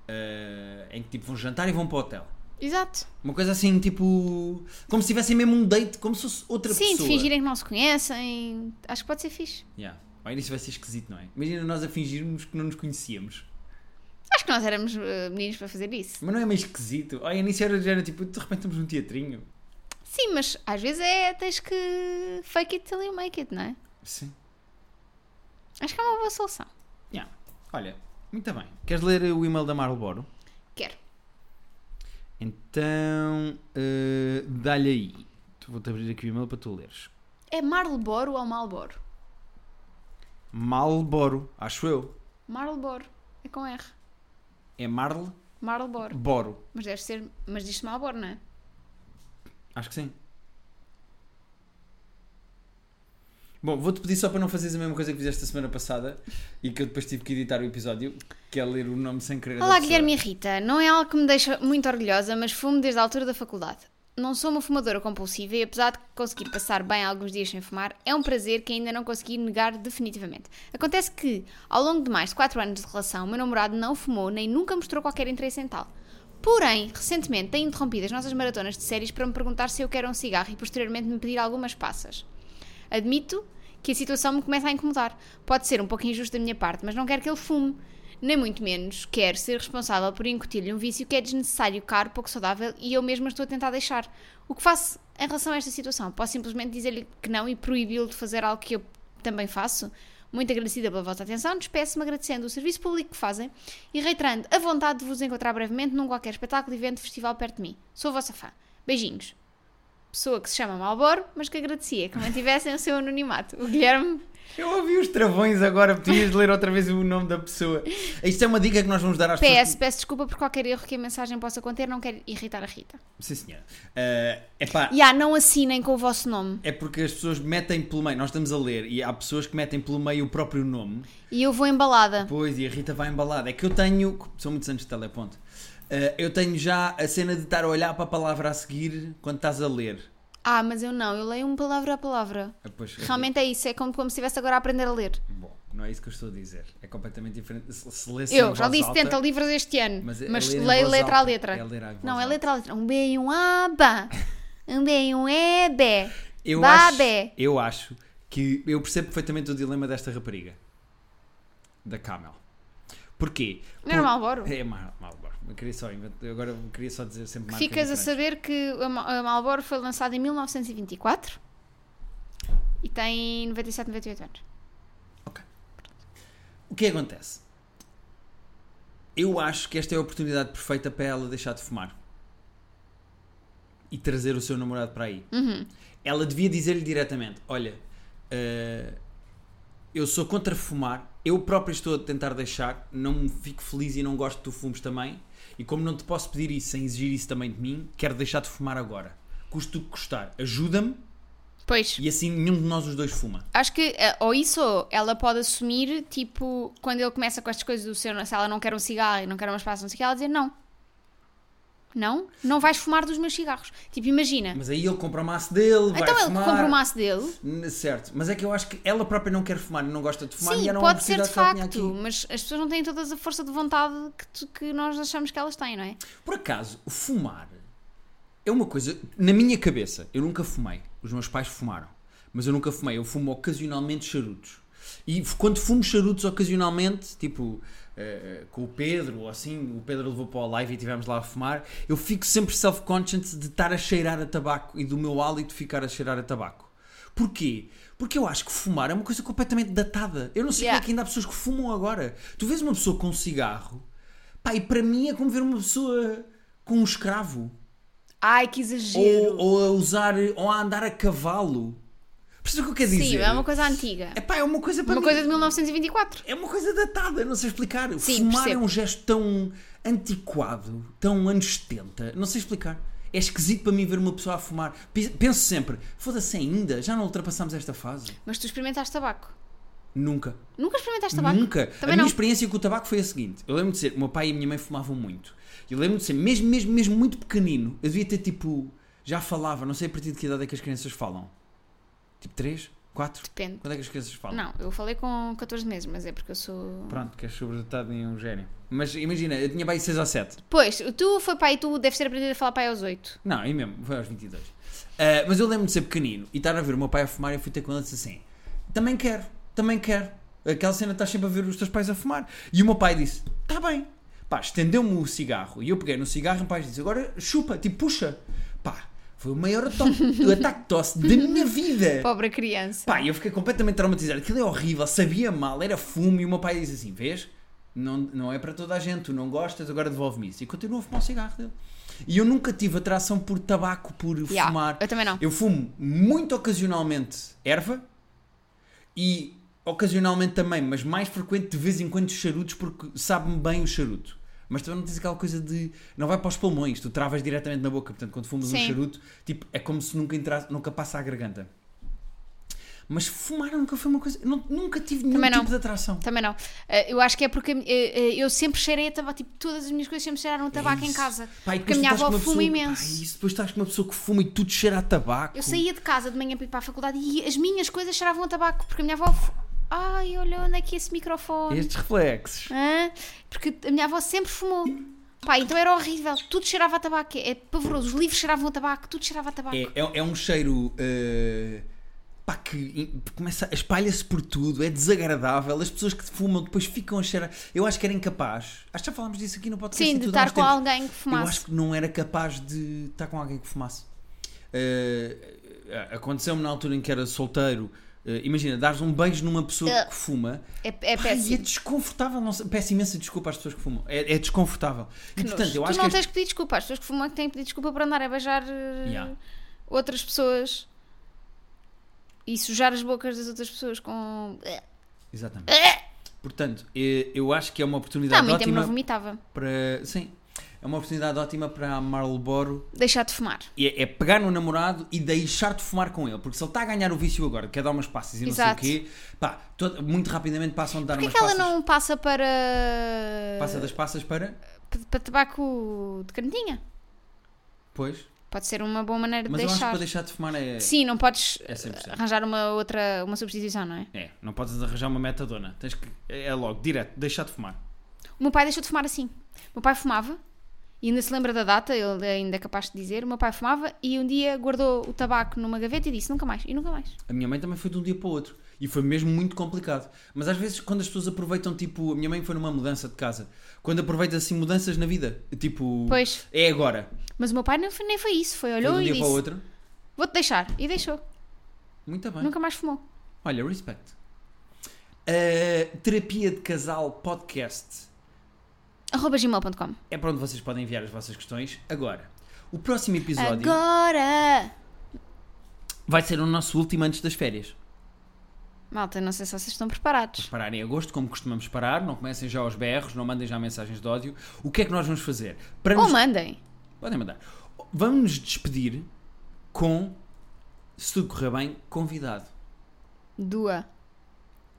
S1: eh, em que tipo vão jantar e vão para o hotel.
S2: Exato.
S1: Uma coisa assim, tipo. Como se tivessem mesmo um date, como se fosse outra
S2: Sim,
S1: pessoa.
S2: de fingirem que não se conhecem. Acho que pode ser fixe.
S1: Yeah. Ao início vai ser esquisito, não é? Imagina nós a fingirmos que não nos conhecíamos.
S2: Acho que nós éramos eh, meninos para fazer isso.
S1: Mas não é meio esquisito? Ao início era, era tipo, de repente estamos num teatrinho.
S2: Sim, mas às vezes é, tens que fake it till you make it, não é?
S1: Sim.
S2: Acho que é uma boa solução.
S1: Yeah. Olha, muito bem. Queres ler o e-mail da Marlboro?
S2: Quero.
S1: Então, eh, dá-lhe aí. Tu- Vou-te abrir aqui o e-mail para tu leres.
S2: É Marlboro ou Malboro?
S1: Malboro, acho eu.
S2: Marlboro. É com R.
S1: É Marlboro.
S2: Marlboro. Mas deve ser. Mas diz-se Malboro, não é?
S1: Acho que sim. Bom, vou-te pedir só para não fazeres a mesma coisa que fizeste a semana passada e que eu depois tive que editar o episódio, que é ler o nome sem querer. da
S2: Olá,
S1: pessoa.
S2: Guilherme e Rita. Não é algo que me deixa muito orgulhosa, mas fumo desde a altura da faculdade. Não sou uma fumadora compulsiva e, apesar de conseguir passar bem alguns dias sem fumar, é um prazer que ainda não consegui negar definitivamente. Acontece que, ao longo de mais de 4 anos de relação, o meu namorado não fumou nem nunca mostrou qualquer interesse em tal. Porém, recentemente tem interrompido as nossas maratonas de séries para me perguntar se eu quero um cigarro e posteriormente me pedir algumas passas. Admito que a situação me começa a incomodar. Pode ser um pouco injusto da minha parte, mas não quero que ele fume. Nem muito menos quero ser responsável por incutir-lhe um vício que é desnecessário, caro, pouco saudável e eu mesma estou a tentar deixar. O que faço em relação a esta situação? Posso simplesmente dizer-lhe que não e proibi-lo de fazer algo que eu também faço? Muito agradecida pela vossa atenção, despeço-me agradecendo o serviço público que fazem e reiterando a vontade de vos encontrar brevemente num qualquer espetáculo, evento, festival perto de mim. Sou a vossa fã. Beijinhos pessoa que se chama Malboro, mas que agradecia que mantivessem o seu anonimato. O Guilherme.
S1: Eu ouvi os travões agora, podias ler outra vez o nome da pessoa. Isto é uma dica que nós vamos dar às pessoas.
S2: PS, peço desculpa por qualquer erro que a mensagem possa conter, não quero irritar a Rita.
S1: Sim, senhora. Eh, epá,
S2: E ah, não assinem com o vosso nome.
S1: é porque as pessoas metem pelo meio. Nós estamos a ler e há pessoas que metem pelo meio o próprio nome.
S2: E eu vou embalada.
S1: Pois, e a Rita vai embalada. É que eu tenho. São muitos anos de teleponto. Eh, eu tenho já a cena de estar a olhar para a palavra a seguir quando estás a ler.
S2: Ah, mas eu não, eu leio uma palavra a palavra.
S1: Ah, Pois,
S2: Realmente é isso, é como, como se estivesse agora a aprender a ler.
S1: Bom, não é isso que eu estou a dizer. É completamente diferente. Se, se lesse em
S2: Eu
S1: voz
S2: já li
S1: alta,
S2: 70 livros este ano,
S1: Mas
S2: mas,
S1: é- é ler em
S2: leio
S1: voz
S2: letra a
S1: alta.
S2: letra.
S1: É ler em voz
S2: não, é
S1: alta.
S2: letra a letra. Um B e um A, ba. Um B e um E, bé.
S1: Eu acho,
S2: Babé.
S1: eu acho que eu percebo perfeitamente o dilema desta rapariga da Camel. Porquê?
S2: Não era Marlboro?
S1: É Mar- Marlboro. Eu queria só, invent- eu agora queria só dizer sempre
S2: Que
S1: marcas
S2: ficas a
S1: diferentes.
S2: saber que a Ma- a Marlboro foi lançada em 1924 e tem 97, 98 anos.
S1: O que é que acontece? Eu acho que esta é a oportunidade perfeita para ela deixar de fumar e trazer o seu namorado para aí. Ela devia dizer-lhe diretamente: Olha, eh, eu sou contra fumar, eu própria estou a tentar deixar, não fico feliz e não gosto que tu fumes também. E como não te posso pedir isso sem exigir isso também de mim, quero deixar de fumar agora. Custo o que custar, ajuda-me
S2: Pois.
S1: e assim nenhum de nós os dois fuma.
S2: Acho que eh, ou isso ou ela pode assumir, tipo, quando ele começa com estas coisas do seu, se ela não quer um cigarro e não quer umas passas, não sei o que, ela dizer não. Não, não vais fumar dos meus cigarros. Tipo, imagina.
S1: Mas aí ele compra o maço dele, vai
S2: então ele
S1: fumar.
S2: compra o maço dele.
S1: N- Certo, mas é que eu acho que ela própria não quer fumar e não gosta de fumar e
S2: Sim,
S1: era uma
S2: pode ser de
S1: oportunidade que ela tinha
S2: facto,
S1: aqui.
S2: mas as pessoas não têm todas a força de vontade que, tu- que nós achamos que elas têm, não é?
S1: Por acaso, o fumar é uma coisa, na minha cabeça, eu nunca fumei. Os meus pais fumaram, mas eu nunca fumei. Eu fumo ocasionalmente charutos. E f- quando fumo charutos ocasionalmente, tipo eh, eh, com o Pedro, ou assim, o Pedro levou para o live e estivemos lá a fumar, eu fico sempre self-conscious de estar a cheirar a tabaco e do meu hálito ficar a cheirar a tabaco. Porquê? Porque eu acho que fumar é uma coisa completamente datada. Eu não sei como
S2: Yeah.
S1: é que ainda há pessoas que fumam agora. Tu vês uma pessoa com um cigarro, pá, e para mim é como ver uma pessoa com um escravo.
S2: Ai, que exagero.
S1: Ou, ou a usar, ou a andar a cavalo. Percebes o que eu quero dizer?
S2: Sim, é uma coisa antiga.
S1: É pá, é uma coisa para
S2: Uma
S1: mim-
S2: coisa de 1924.
S1: É uma coisa datada, eu não sei explicar.
S2: Sim,
S1: Fumar
S2: percebo.
S1: é um gesto tão antiquado, tão anos 70, não sei explicar. É esquisito para mim ver uma pessoa a fumar. Pe- Penso sempre, foda-se ainda, já não ultrapassamos esta fase.
S2: Mas tu experimentaste tabaco.
S1: Nunca.
S2: Nunca experimentaste tabaco?
S1: Nunca. a
S2: Também
S1: minha
S2: não.
S1: experiência com o tabaco foi a seguinte: eu lembro de ser, o meu pai e a minha mãe fumavam muito. Eu lembro de ser, mesmo, mesmo, mesmo muito pequenino, eu devia ter tipo, já falava, não sei a partir de que idade é que as crianças falam. Tipo 3, 4?
S2: Depende.
S1: Quando é que as crianças falam?
S2: Não, eu falei com 14 meses, mas é porque eu sou.
S1: Pronto, que és sobredotado em um gênio. Mas imagina, eu tinha pai 6 ou 7.
S2: Pois, tu foi pai, tu deves ter aprendido a falar pai aos 8.
S1: Não, aí mesmo, foi aos 22. Ah, mas eu lembro de ser pequenino e estar a ver o meu pai a fumar e eu fui ter com ele e disse assim: também quero, também quero. Aquela cena estás sempre a ver os teus pais a fumar. E o meu pai disse: tá bem. Pá, estendeu-me o cigarro e eu peguei no cigarro e o pai disse: agora chupa, tipo puxa. Pá, foi o maior ato- [laughs] ataque de tosse da minha vida.
S2: Pobre criança.
S1: Pá, eu fiquei completamente traumatizado. Aquilo é horrível, sabia mal, era fumo. E o meu pai diz assim: Vês? Não, não é para toda a gente, tu não gostas, agora devolve-me isso. E continuou a fumar o cigarro dele. E eu nunca tive atração por tabaco, por
S2: Yeah,
S1: fumar.
S2: eu também não.
S1: Eu fumo muito ocasionalmente erva e ocasionalmente também, mas mais frequente de vez em quando charutos, porque sabe-me bem o charuto. Mas também não tens aquela coisa de. Não vai para os pulmões, tu travas diretamente na boca. Portanto, quando fumas um
S2: Sim.
S1: charuto, tipo, é como se nunca, entrasse, nunca passa à garganta. Mas fumar nunca foi uma coisa. nu- nunca tive nenhum
S2: Também não.
S1: tipo de atração.
S2: Também não. Eh, Eu acho que é porque eh, eh, eu sempre cheirei a tabaco, tipo, todas as minhas coisas sempre cheiraram a tabaco em
S1: É Isso.
S2: casa.
S1: Pá, e depois
S2: porque a
S1: tu
S2: minha
S1: estás com
S2: avó
S1: uma
S2: fuma
S1: pessoa-
S2: imenso.
S1: Pá, e isso, é depois estás com uma pessoa que fuma e tudo cheira a tabaco.
S2: Eu saía de casa de manhã para ir para a faculdade e as minhas coisas cheiravam a tabaco, porque a minha avó. fu- Ai, olha onde é que é esse microfone.
S1: Estes reflexos.
S2: Hã? Porque a minha avó sempre fumou. Pá, então era horrível. Tudo cheirava a tabaco. É pavoroso. Os livros cheiravam a tabaco, tudo cheirava a tabaco.
S1: É, é, é um cheiro. eh, pá, que in- começa, espalha-se por tudo, é desagradável. As pessoas que fumam depois ficam a cheirar. Eu acho que era incapaz. Acho que já falámos disso aqui no podcast. e
S2: Sim, de
S1: tudo há
S2: estar
S1: uns
S2: com
S1: tempos.
S2: alguém que
S1: Eu
S2: fumasse.
S1: acho que não era capaz de estar com alguém que fumasse. Eh, Aconteceu-me na altura em que era solteiro. eh, imagina, dares um beijo numa pessoa
S2: Ah.
S1: que fuma.
S2: É, é
S1: Pá, e é
S2: péssimo.
S1: desconfortável. Não sei, peço imensa desculpa às pessoas que fumam. É, é desconfortável. e
S2: Que
S1: portanto,
S2: nojo.
S1: eu
S2: tu
S1: acho
S2: não
S1: que. é este-
S2: tens que pedir desculpa. As pessoas que fumam é que têm que pedir desculpa por andar a beijar eh,
S1: Yeah.
S2: outras pessoas e sujar as bocas das outras pessoas com. Eh,
S1: Exatamente. Portanto, eh, eu acho que é uma
S2: Não, há
S1: oportunidade
S2: Tá, muito tempo
S1: ótima.
S2: não vomitava.
S1: para. Sim. É uma oportunidade ótima para a Marlboro
S2: Deixar de fumar.
S1: é, é pegar no namorado e deixar de fumar com ele, porque se ele está a ganhar o vício agora, quer dar umas passas e não
S2: Exato.
S1: sei o quê, pá, todo- muito rapidamente passam de dar
S2: Porquê
S1: umas
S2: que ela
S1: passas.
S2: não passa para.
S1: Passa das passas para.
S2: pa- para tabaco de canetinha?
S1: Pois.
S2: Pode ser uma boa maneira
S1: Mas
S2: de
S1: eu acho que
S2: deixar.
S1: para deixar de fumar é.
S2: Sim, não podes eh,
S1: É 100%.
S2: arranjar uma outra uma substituição, não é?
S1: É, não podes arranjar uma metadona. Tens que. É é logo, direto, deixar de fumar.
S2: O meu pai deixou de fumar assim. O meu pai fumava e e ainda se lembra da data, ele ainda é capaz de dizer. O meu pai fumava e um dia guardou o tabaco numa gaveta e disse nunca mais, e nunca mais.
S1: A minha mãe também foi de um dia para o outro. E foi mesmo muito complicado. Mas às vezes, quando as pessoas aproveitam, tipo, a minha mãe foi numa mudança de casa. Quando aproveita assim mudanças na vida, tipo,
S2: Pois.
S1: é agora.
S2: Mas o meu pai não foi- nem foi isso, foi
S1: Foi
S2: olhou
S1: de um
S2: e
S1: dia para o
S2: disse
S1: outro.
S2: vou-te deixar, e deixou.
S1: Muito bem.
S2: Nunca mais fumou.
S1: Olha, respect. Uh, terapia de casal podcast
S2: Arroba gmail.com
S1: é para onde vocês podem enviar as vossas questões. Agora, o próximo episódio
S2: Agora!
S1: vai ser o nosso último antes das férias.
S2: Malta, não sei se vocês estão preparados.
S1: Parar em agosto, como costumamos parar, não comecem já aos berros, não mandem já mensagens de ódio. O que é que nós vamos fazer? Para
S2: Ou
S1: nos...
S2: mandem.
S1: Podem mandar. Vamos nos despedir com, se tudo correr bem, convidado.
S2: Dua.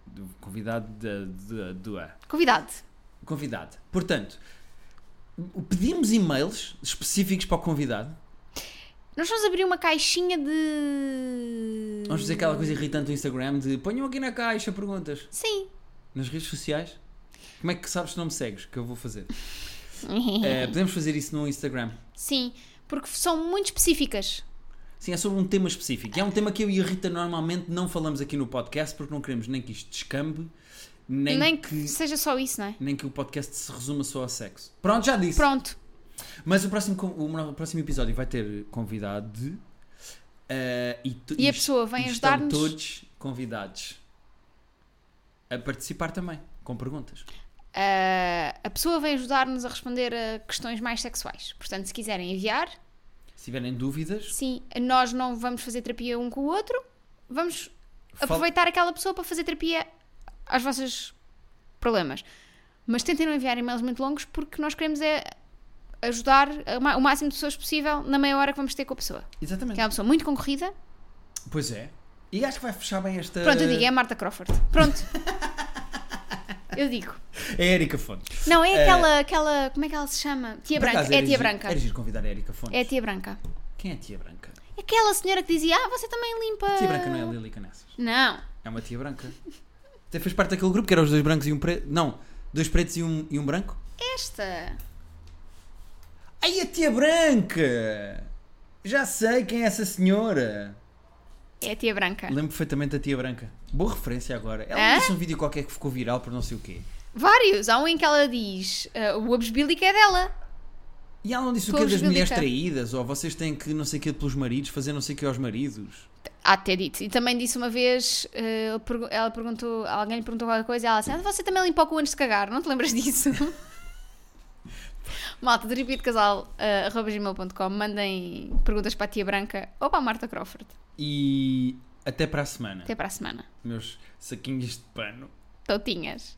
S1: Do- Convidado da- da- do A.
S2: Convidado.
S1: Convidado. Portanto, pedimos e-mails específicos para o convidado.
S2: Nós vamos abrir uma caixinha de.
S1: Vamos fazer aquela coisa irritante do Instagram de ponham aqui na caixa perguntas. [laughs]
S2: Sim.
S1: Nas redes sociais? Como é que sabes se não me segues? Que eu vou fazer.
S2: [laughs]
S1: Eh, podemos fazer isso no Instagram.
S2: Sim. Porque são muito específicas.
S1: Sim, é sobre um tema específico. E é um tema que eu e a Rita normalmente não falamos aqui no podcast porque não queremos nem que isto descambe, nem,
S2: Nem,
S1: que,
S2: que seja só isso, não é?
S1: nem que o podcast se resuma só ao sexo. Pronto, já disse.
S2: Pronto.
S1: Mas o próximo, con- o, próximo episódio vai ter convidado eh, e, tu-
S2: E a
S1: es-
S2: pessoa vem
S1: e estão
S2: ajudar-nos?
S1: todos convidados a participar também, com perguntas.
S2: Ah, a pessoa vem ajudar-nos a responder a questões mais sexuais. Portanto, se quiserem enviar,
S1: Se tiverem dúvidas,
S2: sim, nós não vamos fazer terapia um com o outro, vamos
S1: Fal-
S2: aproveitar aquela pessoa para fazer terapia aos vossos problemas. Mas tentem não enviar e-mails muito longos porque nós queremos é ajudar a ma- o máximo de pessoas possível na meia hora que vamos ter com a pessoa. Que
S1: exatamente.
S2: é uma pessoa muito concorrida.
S1: Pois é. E acho que vai fechar bem esta.
S2: Pronto, eu digo, é a Marta Crawford.
S1: [laughs]
S2: Pronto. Eu digo.
S1: É a Erika Fontes.
S2: Não, é aquela, aquela. Como é que ela se chama? Tia
S1: Por
S2: Branca.
S1: acaso,
S2: É a
S1: era
S2: Tia
S1: giro-
S2: Branca.
S1: Era giro convidar a Erika Fontes.
S2: É a Tia Branca.
S1: Quem é a tia branca?
S2: Aquela senhora que dizia, ah, você também limpa.
S1: A tia branca não é a Lili Canessas.
S2: Não.
S1: É uma tia branca. Até fez parte daquele grupo que era os dois brancos e um preto. Não, dois pretos e um, e um branco.
S2: Esta.
S1: Ai, a tia branca! Já sei quem é essa senhora.
S2: É a Tia Branca.
S1: Lembro perfeitamente da tia branca. Boa referência agora. Ela
S2: Hã?
S1: disse um vídeo qualquer que ficou viral por não sei o quê.
S2: Vários. Há um em que ela diz, ah, o abos bílico é dela.
S1: E ela não disse o
S2: Estou
S1: quê das mulheres
S2: desbilitada.
S1: traídas, ou vocês têm que não sei o quê pelos maridos, fazer não sei o quê aos maridos.
S2: Há de ter dito. E também disse uma vez, ah, ele pergu- ela perguntou, alguém lhe perguntou qualquer coisa e ela disse, ah, você também limpa o cu antes de cagar, não te lembras disso? [laughs] Malta, terapia de casal, ah, arroba gmail.com, mandem perguntas para a Tia Branca ou para a Marta Crawford.
S1: E até para a semana.
S2: Até para a semana.
S1: Meus saquinhos de pano.
S2: Tautinhas.